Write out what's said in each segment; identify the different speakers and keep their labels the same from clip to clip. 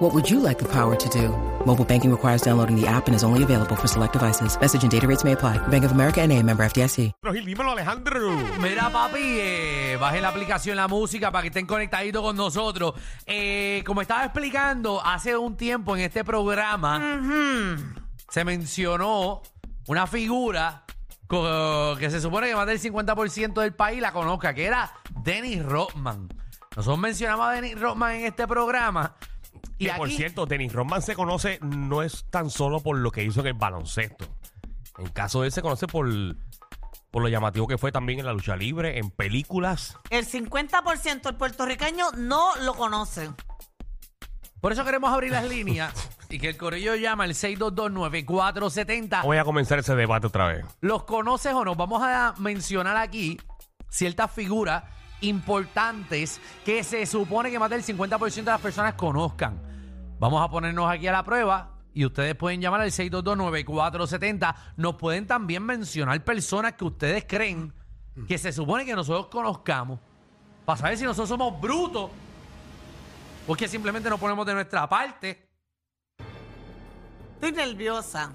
Speaker 1: What would you like the power to do? Mobile banking requires downloading the app and is only available for select devices. Message and data rates may apply. Bank of America and a member FDIC.
Speaker 2: Pero Gil, dímelo, Alejandro.
Speaker 3: Mira, papi, eh, baje la aplicación La Música para que estén conectaditos con nosotros. Eh, como estaba explicando, hace un tiempo en este programa se mencionó una figura co- que se supone que más del 50% del país la conozca, que era Dennis Rodman. Nosotros mencionamos a Dennis Rodman en este programa. Y
Speaker 2: Y por
Speaker 3: aquí-
Speaker 2: cierto, Dennis Rodman se conoce no es tan solo por lo que hizo en el baloncesto. En caso de él se conoce por, por lo llamativo que fue también en la lucha libre, en películas.
Speaker 4: El 50% del puertorriqueño no lo conoce.
Speaker 3: Por eso queremos abrir las líneas y que el correo llama al 6229470.
Speaker 2: Voy a comenzar ese debate otra vez.
Speaker 3: ¿Los conoces o no? Vamos a mencionar aquí ciertas figuras importantes que se supone que más del 50% de las personas conozcan. Vamos a ponernos aquí a la prueba y ustedes pueden llamar al 6229470. Nos pueden también mencionar personas que ustedes creen que se supone que nosotros conozcamos para saber si nosotros somos brutos o que simplemente nos ponemos de nuestra parte.
Speaker 4: Estoy nerviosa.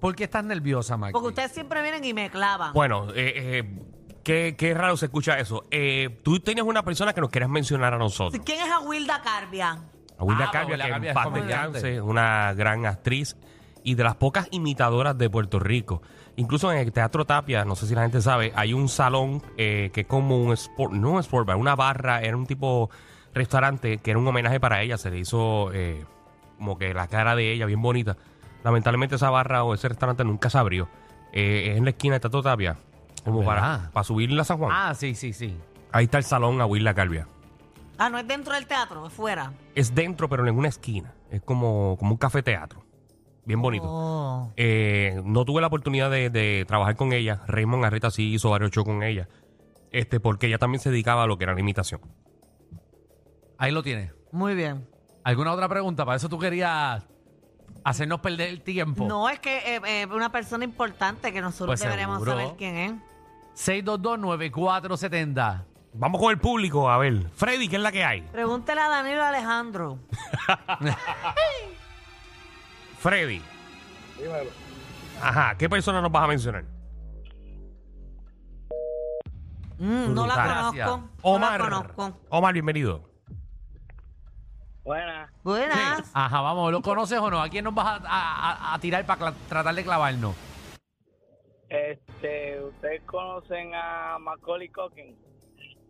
Speaker 3: ¿Por qué estás nerviosa, Mike?
Speaker 4: Porque ustedes siempre vienen y me clavan.
Speaker 2: Bueno, eh, eh, qué, qué raro se escucha eso. Eh, Tú tenías una persona que nos querías mencionar a nosotros.
Speaker 4: ¿Quién es Aguilda Carbia?
Speaker 2: A Wilda
Speaker 3: Ah,
Speaker 2: Carbia,
Speaker 3: Wilda
Speaker 2: que
Speaker 3: Carbia
Speaker 2: en
Speaker 3: es
Speaker 2: paz
Speaker 3: comediante.
Speaker 2: descanse, una gran actriz y de las pocas imitadoras de Puerto Rico. Incluso en el Teatro Tapia, no sé si la gente sabe, hay un salón eh, que es como un sport, no un sport bar, una barra, era un tipo restaurante que era un homenaje para ella, se le hizo eh, como que la cara de ella bien bonita. Lamentablemente esa barra o ese restaurante nunca se abrió. Eh, es en la esquina de Teatro Tapia, como para,
Speaker 3: Ah, ¿Verdad?
Speaker 2: para subirla a San Juan.
Speaker 3: Ah, sí, sí, sí.
Speaker 2: Ahí está el salón a Wilda Calvia.
Speaker 4: Ah, no es dentro del teatro, es fuera.
Speaker 2: Es dentro, pero en una esquina. Es como, como un café teatro. Bien bonito.
Speaker 4: Oh.
Speaker 2: Eh, no tuve la oportunidad de, de trabajar con ella. Raymond Arreta sí hizo varios shows con ella. Este, porque ella también se dedicaba a lo que era la imitación.
Speaker 3: Ahí lo tienes.
Speaker 4: Muy bien.
Speaker 3: ¿Alguna otra pregunta? Para eso tú querías hacernos perder el tiempo.
Speaker 4: No, es que eh, eh, una persona importante que nosotros
Speaker 3: Pues
Speaker 4: deberemos
Speaker 3: seguro.
Speaker 4: saber quién es.
Speaker 3: 6229470.
Speaker 2: Vamos con el público, a ver. Freddy, ¿qué es la que hay?
Speaker 4: Pregúntele a Danilo Alejandro.
Speaker 2: Freddy. Ajá, ¿qué persona nos vas a mencionar?
Speaker 4: Mm, no la
Speaker 2: Brutal.
Speaker 4: conozco.
Speaker 2: Omar.
Speaker 4: No la conozco.
Speaker 2: Omar, bienvenido.
Speaker 5: Buena.
Speaker 4: Buenas.
Speaker 3: Ajá, vamos, ¿lo conoces o no? ¿A quién nos vas a, a- a- a tirar para cla- tratar de clavarnos?
Speaker 5: Este, ustedes conocen a Macaulay Culkin.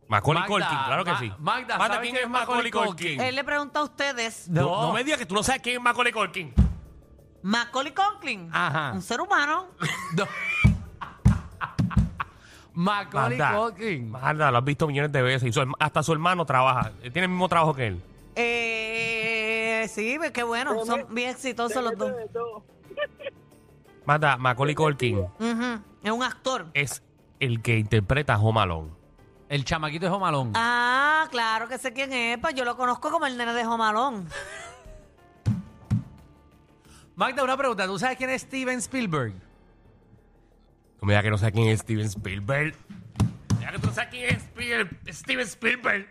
Speaker 2: Macaulay
Speaker 3: Magda,
Speaker 2: Culkin, claro que
Speaker 3: Ma-
Speaker 2: sí.
Speaker 3: Magda, ¿sabes
Speaker 2: ¿quién
Speaker 3: quién
Speaker 2: es
Speaker 3: es
Speaker 2: Macaulay
Speaker 3: Macaulay
Speaker 2: Culkin?
Speaker 3: Culkin?
Speaker 4: Él le pregunta a ustedes.
Speaker 2: No. no me digas que tú no sabes quién es Macaulay Culkin.
Speaker 4: Macaulay Conklin.
Speaker 3: Ajá.
Speaker 4: Un ser humano.
Speaker 3: No. Macaulay
Speaker 2: Magda,
Speaker 3: Culkin.
Speaker 2: Magda, lo has visto millones de veces. Y su herma- hasta su hermano trabaja. Él Tiene el mismo trabajo que él.
Speaker 4: Eh, sí, pues qué bueno. Son bien exitosos los dos.
Speaker 2: Magda, Macaulay Culkin
Speaker 4: Ujú, Es un actor.
Speaker 2: es el que interpreta a Home Alone.
Speaker 3: El chamaquito es Omalón.
Speaker 4: Ah, claro que sé quién es, pues yo lo conozco como el nene de Jomalón.
Speaker 3: Magda, una pregunta. ¿Tú sabes quién es Steven Spielberg?
Speaker 2: No me digas que no sé quién es Steven Spielberg. No me digas que tú no sabes quién es Spiel- Steven Spielberg.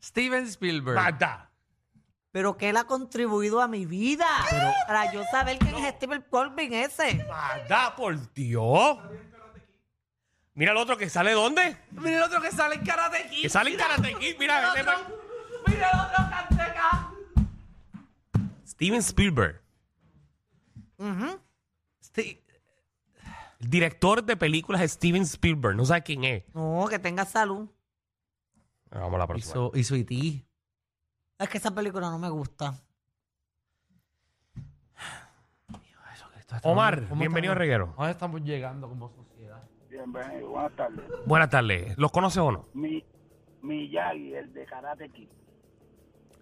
Speaker 3: Steven Spielberg.
Speaker 2: Magda.
Speaker 4: Pero que él ha contribuido a mi vida. para yo saber quién es Steven Corbin ese.
Speaker 2: Magda, por Dios. Mira el otro que sale ¿dónde?
Speaker 3: Mira el otro que sale en Karate Kid.
Speaker 2: Que sale en Karate Kid. Mira, este vete pa-
Speaker 3: Mira el otro canteca.
Speaker 2: Steven Spielberg,
Speaker 3: Ste-
Speaker 2: el director de películas es Steven Spielberg. No sabe quién es.
Speaker 4: No, que tenga salud.
Speaker 2: Vamos a la próxima.
Speaker 3: hizo, hizo E IT.
Speaker 4: Es que esa película no me gusta.
Speaker 2: Omar, bienvenido a Reguero.
Speaker 3: Ahora estamos llegando como sociedad.
Speaker 5: Bienvenido, buenas tardes.
Speaker 2: Buenas tardes. ¿Los conoces o no?
Speaker 5: Mi, Miyagi, el de Karate Kid.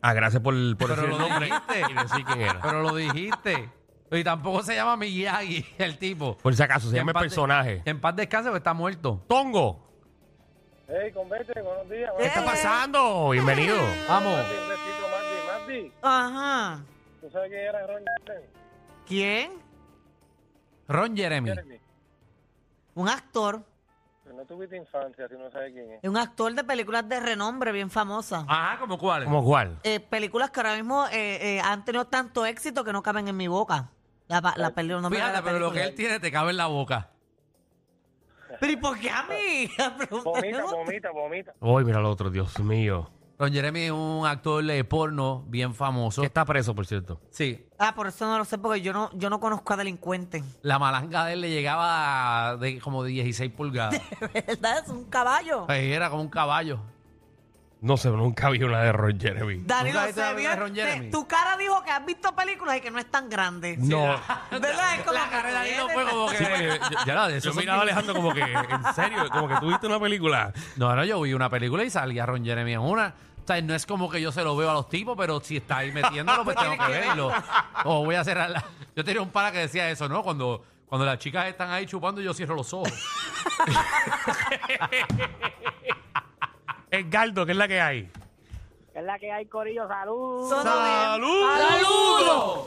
Speaker 2: Ah, gracias por, por
Speaker 3: Pero
Speaker 2: decir
Speaker 3: lo
Speaker 2: el nombre
Speaker 3: dijiste.
Speaker 2: y decir quién era.
Speaker 3: Pero lo dijiste. Y tampoco se llama Miyagi, el tipo.
Speaker 2: Por si acaso, se
Speaker 3: Que en
Speaker 2: llama el
Speaker 3: paz de-
Speaker 2: personaje.
Speaker 3: que en paz descanse, porque está muerto.
Speaker 2: Tongo,
Speaker 5: Hey, convete, buenos días.
Speaker 2: ¿qué está pasando? Bienvenido.
Speaker 3: Vamos.
Speaker 4: Ajá.
Speaker 5: ¿Tú sabes quién era Ron
Speaker 4: ¿Quién?
Speaker 3: Ron Jeremy.
Speaker 4: Un actor.
Speaker 5: No tuviste infancia, si no sabes quién es.
Speaker 4: Es un actor de películas de renombre bien famosa.
Speaker 3: Ajá, ¿como cuál?
Speaker 2: ¿Cómo cuál?
Speaker 4: Eh, películas que ahora mismo eh, eh, han tenido tanto éxito que no caben en mi boca. La, pa- la peli- el nombre de la
Speaker 3: Fíjate, pero lo que él
Speaker 4: película.
Speaker 3: tiene te cabe en la boca.
Speaker 4: Pero ¿y por qué a mí? La pregunta
Speaker 5: Vomita,
Speaker 4: es-
Speaker 5: vomita, vomita.
Speaker 2: Uy, mira el otro, Dios mío.
Speaker 3: Ron Jeremy es un actor de porno bien famoso.
Speaker 2: Que está preso, por cierto.
Speaker 3: Sí,
Speaker 4: Ah, por eso no lo sé, porque yo no, yo no conozco a delincuentes.
Speaker 3: la malanga de él le llegaba de como 16 pulgadas.
Speaker 4: ¿Verdad? Es un caballo.
Speaker 3: Ay, Era como un caballo.
Speaker 2: No sé, nunca vi una de Ron Jeremy.
Speaker 4: Danilo
Speaker 3: ¿Nunca viste la
Speaker 4: se vio.
Speaker 3: película de Ron
Speaker 4: te-
Speaker 3: Jeremy?
Speaker 4: tu cara dijo que has visto películas y que no es tan grande.
Speaker 2: No.
Speaker 4: ¿Verdad? Es como
Speaker 3: La
Speaker 4: que
Speaker 3: cara de Danilo
Speaker 4: tiene-
Speaker 3: fue como que...
Speaker 2: Sí, porque yo- yo- ya la de eso.
Speaker 3: Eso
Speaker 2: Yo miraba a Alejandro como que, en serio, como que tuviste una película.
Speaker 3: No, no, yo vi una película y salía Ron Jeremy en una. O sea, no es como que yo se lo veo a los tipos, pero si está ahí metiéndolo, pues tengo que verlo. O voy a cerrar la... Yo tenía un pana que decía eso, ¿no? Cuando, cuando las chicas están ahí chupando, yo cierro los ojos.
Speaker 2: Edgardo, ¿qué es la que hay?
Speaker 5: Es la que hay, Corillo, salud.
Speaker 4: Son
Speaker 2: ¡Salud!
Speaker 3: ¡Saludos!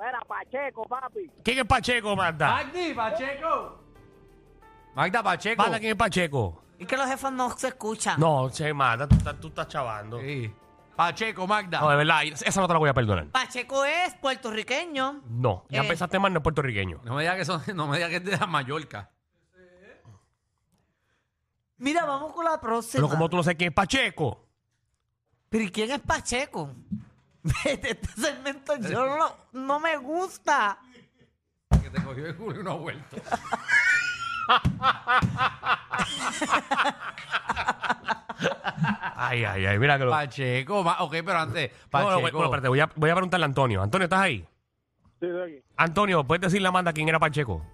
Speaker 5: Era Pacheco, papi.
Speaker 2: ¿Quién es Pacheco, Magda?
Speaker 3: ¡Magdi Pacheco! Ah. Magda Pacheco.
Speaker 2: Magda, ¿quién es Pacheco?
Speaker 4: Es que los jefes no se escuchan.
Speaker 2: No, che, Magda, tú, estás- tú estás chavando.
Speaker 3: Sí. Pacheco, Magda.
Speaker 2: No, de verdad, esa no te la voy a perdonar.
Speaker 4: Pacheco es puertorriqueño.
Speaker 2: No, ya
Speaker 4: Eh.
Speaker 2: empezaste mal, no es puertorriqueño.
Speaker 3: No me digas que, son, no me digas que es de la Mallorca.
Speaker 4: Mira, vamos con la próxima.
Speaker 2: Pero como tú no sabes quién es Pacheco.
Speaker 4: ¿Pero ¿y quién es Pacheco? este segmento yo no, lo- no me gusta.
Speaker 3: Que te cogió el culo y no ha vuelto.
Speaker 2: Ay, ay, ay, mira que lo...
Speaker 3: Pacheco, ma- ok, pero antes,
Speaker 2: No, no,
Speaker 3: Pacheco.
Speaker 2: bueno, espérate, voy a, voy a preguntarle a Antonio. Antonio, ¿estás ahí?
Speaker 5: Sí, estoy aquí.
Speaker 2: Antonio, ¿puedes decirle a Amanda quién era Pacheco?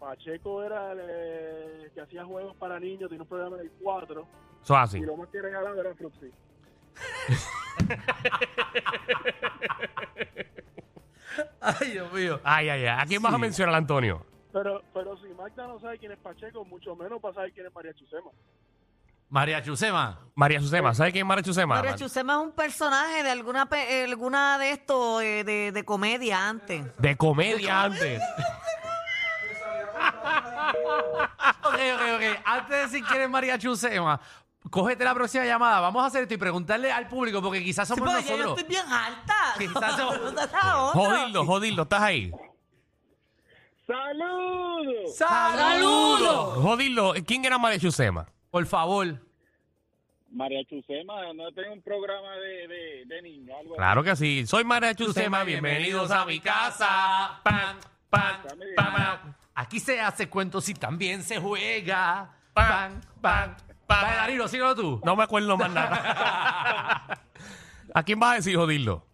Speaker 5: Pacheco era el eh, que hacía juegos para niños, tenía un programa del 4.
Speaker 2: Eso es así.
Speaker 5: Y lo más que regalaba era Fruxy.
Speaker 3: Ay, Dios mío.
Speaker 2: Ay, ay, ay. ¿A quién vas a mencionar, Antonio?
Speaker 5: Pero, pero si Magda no sabe quién es Pacheco, mucho menos va a saber quién es María Chusema.
Speaker 3: María Chusema.
Speaker 2: María Susema. ¿Sabes quién es María Susema?
Speaker 4: María Chusema es un personaje de alguna pe- eh, alguna de estos eh, de, de comedia antes.
Speaker 2: De comedia antes.
Speaker 3: Ok, ok, ok. Antes de decir quién es María Chusema, cógete la próxima llamada. Vamos a hacer esto y preguntarle al público, porque quizás
Speaker 4: Sí,
Speaker 3: somos
Speaker 4: pero Pues ya yo
Speaker 3: nosotros.
Speaker 4: estoy bien alta.
Speaker 3: Quizás
Speaker 4: No,
Speaker 3: somos-
Speaker 4: no sé la otra.
Speaker 2: Jodildo, jodildo, ¿estás ahí?
Speaker 5: ¡Saludos!
Speaker 3: ¡Saludos!
Speaker 2: Jodildo, ¿quién era María Chusema?
Speaker 3: Por favor.
Speaker 5: María Chusema no tiene un programa de, de, de niño, algo
Speaker 2: Claro que sí. Soy María Chusema, bienvenidos a mi casa. Pan, pan, pan, pan.
Speaker 3: Aquí se hace cuentos y también se juega.
Speaker 2: Pan, pan,
Speaker 3: Pan, pan,
Speaker 2: pan.
Speaker 3: pan. Bailarino, síguelo tú.
Speaker 2: No me acuerdo más nada. ¿A quién vas a decir, Jodildo?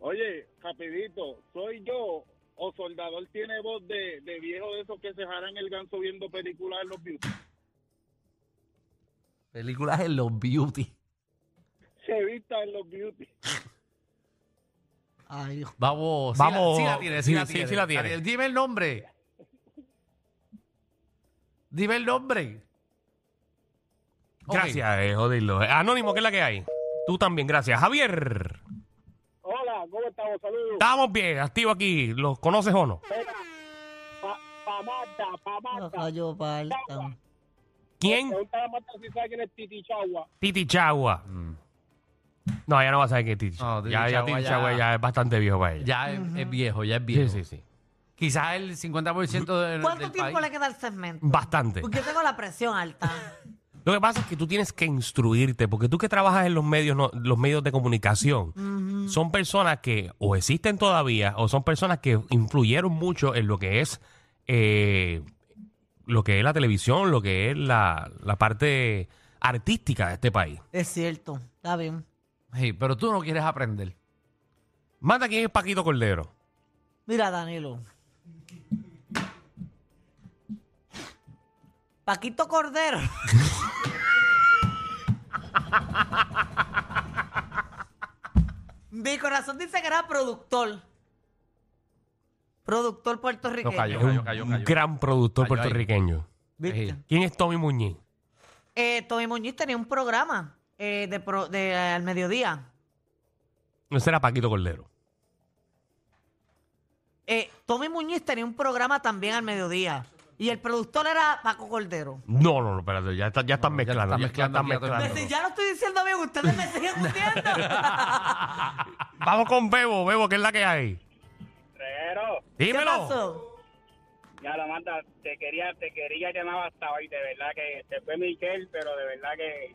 Speaker 5: Oye, rapidito, ¿soy yo o Soldador tiene voz de, de viejo de esos que se jaran el ganso viendo películas en los views?
Speaker 3: Películas en los beauty.
Speaker 5: Se vista en los beauty.
Speaker 4: Ay, Dios.
Speaker 3: Vamos, sí
Speaker 2: Vamos.
Speaker 3: la- Sí la tiene, sí,
Speaker 2: Sí,
Speaker 3: la
Speaker 2: sí,
Speaker 3: tiene.
Speaker 2: sí la tiene.
Speaker 3: Ariel, Dime el nombre. Dime el nombre. Ok.
Speaker 2: Gracias, eh, Jodildo. Anónimo, ¿qué es la que hay? Tú también, gracias. Javier,
Speaker 5: Hola, ¿cómo estamos? Saludos.
Speaker 2: estamos bien, activo aquí. ¿Los conoces o no?
Speaker 5: Pa, pa Marta, pa
Speaker 4: No
Speaker 5: Marta.
Speaker 4: cayó pa' alta.
Speaker 2: ¿Quién?
Speaker 5: Pregunta a Marta si sabe quién es Titi Chagua.
Speaker 2: Titi Chagua. No, ya no va a saber quién es Titi
Speaker 3: Mm. No,
Speaker 2: Chagua.
Speaker 3: Titi
Speaker 2: ya, ya
Speaker 3: Chagua
Speaker 2: Titi
Speaker 3: ya-
Speaker 2: Chagua ya es bastante viejo para ella.
Speaker 3: Ya es, es viejo, ya es
Speaker 2: sí,
Speaker 3: viejo.
Speaker 2: sí, sí.
Speaker 3: Quizás el 50% de,
Speaker 4: ¿Cuánto
Speaker 3: del
Speaker 4: tiempo
Speaker 3: país.
Speaker 4: le queda al segmento?
Speaker 2: Bastante.
Speaker 4: Porque yo tengo la presión alta.
Speaker 2: Lo que pasa es que tú tienes que instruirte, porque tú que trabajas en los medios, no- los medios de comunicación, son personas que o existen todavía o son personas que influyeron mucho en lo que es eh, lo que es la televisión, lo que es la, la parte artística de este país.
Speaker 4: Es cierto, está bien.
Speaker 3: Sí, pero tú no quieres aprender.
Speaker 2: Manda quién es Paquito Cordero.
Speaker 4: Mira, Danilo. Paquito Cordero. Mi corazón dice que era productor. productor puertorriqueño.
Speaker 2: Es
Speaker 3: cayó.
Speaker 2: un,
Speaker 3: cayó, cayó,
Speaker 2: un
Speaker 3: cayó.
Speaker 2: gran productor
Speaker 3: Cayó ahí.
Speaker 2: puertorriqueño.
Speaker 4: ¿Viste?
Speaker 2: Sí. ¿Quién es Tommy Muñiz?
Speaker 4: Eh, Tommy Muñiz tenía un programa eh, de, pro- de, eh, al mediodía.
Speaker 2: No será Paquito Cordero.
Speaker 4: Eh, Tommy Muñiz tenía un programa también al mediodía. Y el productor era Paco Cordero.
Speaker 2: No, no, no, espérate, ya, está- ya están
Speaker 3: ya
Speaker 2: mezclando.
Speaker 3: están
Speaker 2: ya- ya
Speaker 3: mezclando
Speaker 2: están
Speaker 3: aquí a todo el
Speaker 2: mezclando.
Speaker 3: mundo.
Speaker 4: Pues Si ya lo estoy diciendo bien, ustedes me siguen hundiendo.
Speaker 2: Vamos con Bebo, Bebo, que es la que hay.
Speaker 6: Pero,
Speaker 4: ¿Qué
Speaker 2: Dímelo.
Speaker 4: pasó?
Speaker 6: ya la manda, te quería, te quería llamar hasta hoy, de verdad que se fue Michelle, pero de verdad que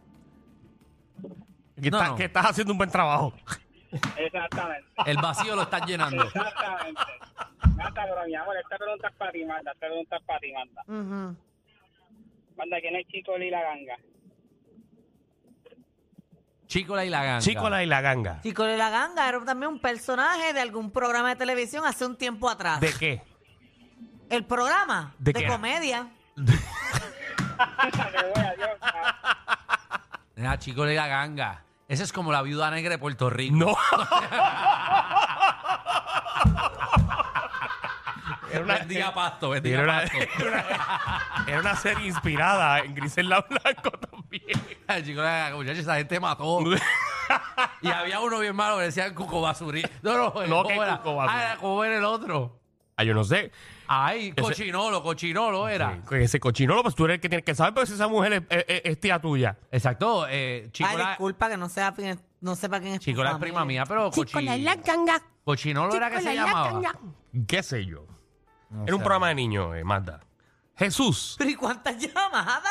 Speaker 2: Que,
Speaker 3: No,
Speaker 2: está-
Speaker 3: no.
Speaker 2: que estás haciendo un buen trabajo.
Speaker 6: exactamente.
Speaker 3: El vacío lo estás llenando.
Speaker 6: Exactamente. Manda, pero mi amor, esta pregunta es para ti, manda, esta pregunta es para ti, manda.
Speaker 4: Ujú.
Speaker 6: Manda, ¿quién es Chico Lila Ganga?
Speaker 3: Chicola y la ganga.
Speaker 2: Chicola y la ganga.
Speaker 4: Chico de la Ganga era también un personaje de algún programa de televisión hace un tiempo atrás.
Speaker 2: ¿De qué?
Speaker 4: el programa
Speaker 2: ¿De
Speaker 4: de,
Speaker 2: qué?
Speaker 4: comedia.
Speaker 6: Me voy, adiós.
Speaker 3: Ah, Chicola y la ganga. Esa es como la viuda negra de Puerto Rico.
Speaker 2: No. Era una-
Speaker 3: Bendiga pasto, bendiga
Speaker 2: Era una,
Speaker 3: pasto.
Speaker 2: era una serie inspirada en Griselda Blanco también.
Speaker 3: El chico de la ganga, muchachos, esa gente mató. y había uno bien malo que decían Cuco Basurí. No, no,
Speaker 2: No,
Speaker 3: ¿cómo
Speaker 2: que
Speaker 3: era?
Speaker 2: Cuco Basurí.
Speaker 3: Ah, era como era el otro.
Speaker 2: Ah, yo no sé.
Speaker 3: Ay, cochinolo, cochinolo era.
Speaker 2: Sí, con ese cochinolo, pues tú eres el que tienes que saber, pero si esa mujer es, es- es- es tía tuya.
Speaker 3: Exacto, eh,
Speaker 4: Ay,
Speaker 3: Chicola,
Speaker 4: disculpa que no, sea, no sepa quién es tu
Speaker 3: Chicola es prima mía, pero
Speaker 7: Chicola
Speaker 3: cochi-
Speaker 7: la ganga.
Speaker 3: cochinolo era que se
Speaker 7: Chicola la
Speaker 3: llamaba.
Speaker 7: ganga.
Speaker 2: ¿Qué sé yo? era un programa de niños, eh, Magda. Jesús.
Speaker 4: Pero ¿y cuántas llamadas?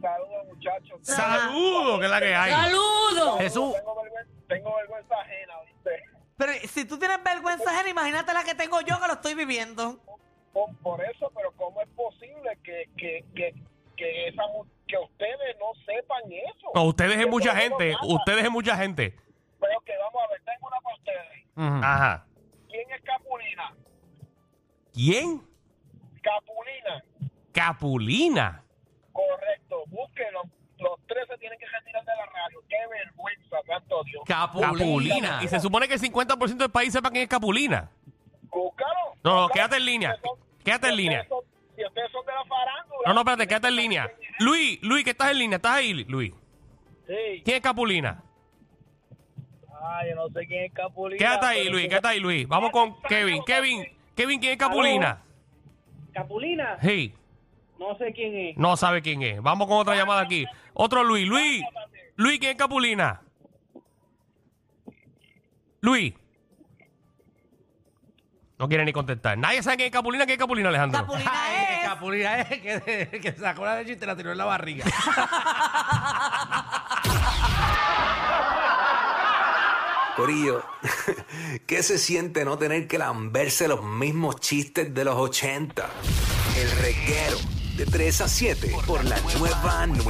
Speaker 6: Saludos, muchachos.
Speaker 2: Saludo, que es la que hay.
Speaker 4: ¡Saludos!
Speaker 3: Jesús,
Speaker 6: Tengo vergüenza, tengo vergüenza ajena, ¿viste?
Speaker 4: Pero si tú tienes vergüenza ajena, imagínate la que tengo yo que lo estoy viviendo.
Speaker 6: Por, por eso, pero ¿cómo es posible que, que, que, que, esa mu- que ustedes no sepan eso?
Speaker 2: No, ustedes es mucha
Speaker 6: Eso no
Speaker 2: gente.
Speaker 6: pasa.
Speaker 2: Ustedes es mucha gente.
Speaker 6: Pero que vamos a ver, tengo una para ustedes.
Speaker 2: Ajá.
Speaker 6: ¿Quién es Capulina?
Speaker 2: ¿Quién?
Speaker 6: Capulina,
Speaker 2: Capulina.
Speaker 6: correcto, búsquenlo. Los tres se tienen que retirar de la radio. ¡Qué vergüenza, santo Dios!
Speaker 3: Capulina.
Speaker 2: Y se supone que el 50% del país sepa quién es Capulina.
Speaker 6: Búscalo.
Speaker 2: No, no,
Speaker 6: búscalo.
Speaker 2: quédate en línea. Quédate en
Speaker 6: Si
Speaker 2: línea.
Speaker 6: ustedes son- Si ustedes son de la farándula.
Speaker 2: No, no, espérate, quédate en línea. Luis, Luis, que estás en línea. ¿Estás ahí, Luis?
Speaker 6: Sí.
Speaker 2: ¿Quién es Capulina?
Speaker 6: Ay, yo no sé quién es Capulina.
Speaker 2: Quédate ahí,
Speaker 6: pero-
Speaker 2: Luis, quédate ahí, Luis. Vamos con Kevin. Kevin, Kevin, ¿quién es Capulina?
Speaker 6: Capulina,
Speaker 2: Hey,
Speaker 6: no sé quién es.
Speaker 2: no sabe quién es. Vamos con otra llamada aquí. Otro Luis. Luis, Luis, ¿quién es Capulina? Luis. No quiere ni contestar. Nadie sabe quién es Capulina. ¿Quién es Capulina, Alejandro?
Speaker 4: Capulina
Speaker 3: Ay,
Speaker 4: es.
Speaker 3: Capulina es que, que sacó la leche y te la tiró en la barriga.
Speaker 8: Corillo, ¿qué se siente no tener que lamberse los mismos chistes de los 80? El reguero de 3 a 7 por la nueva 9.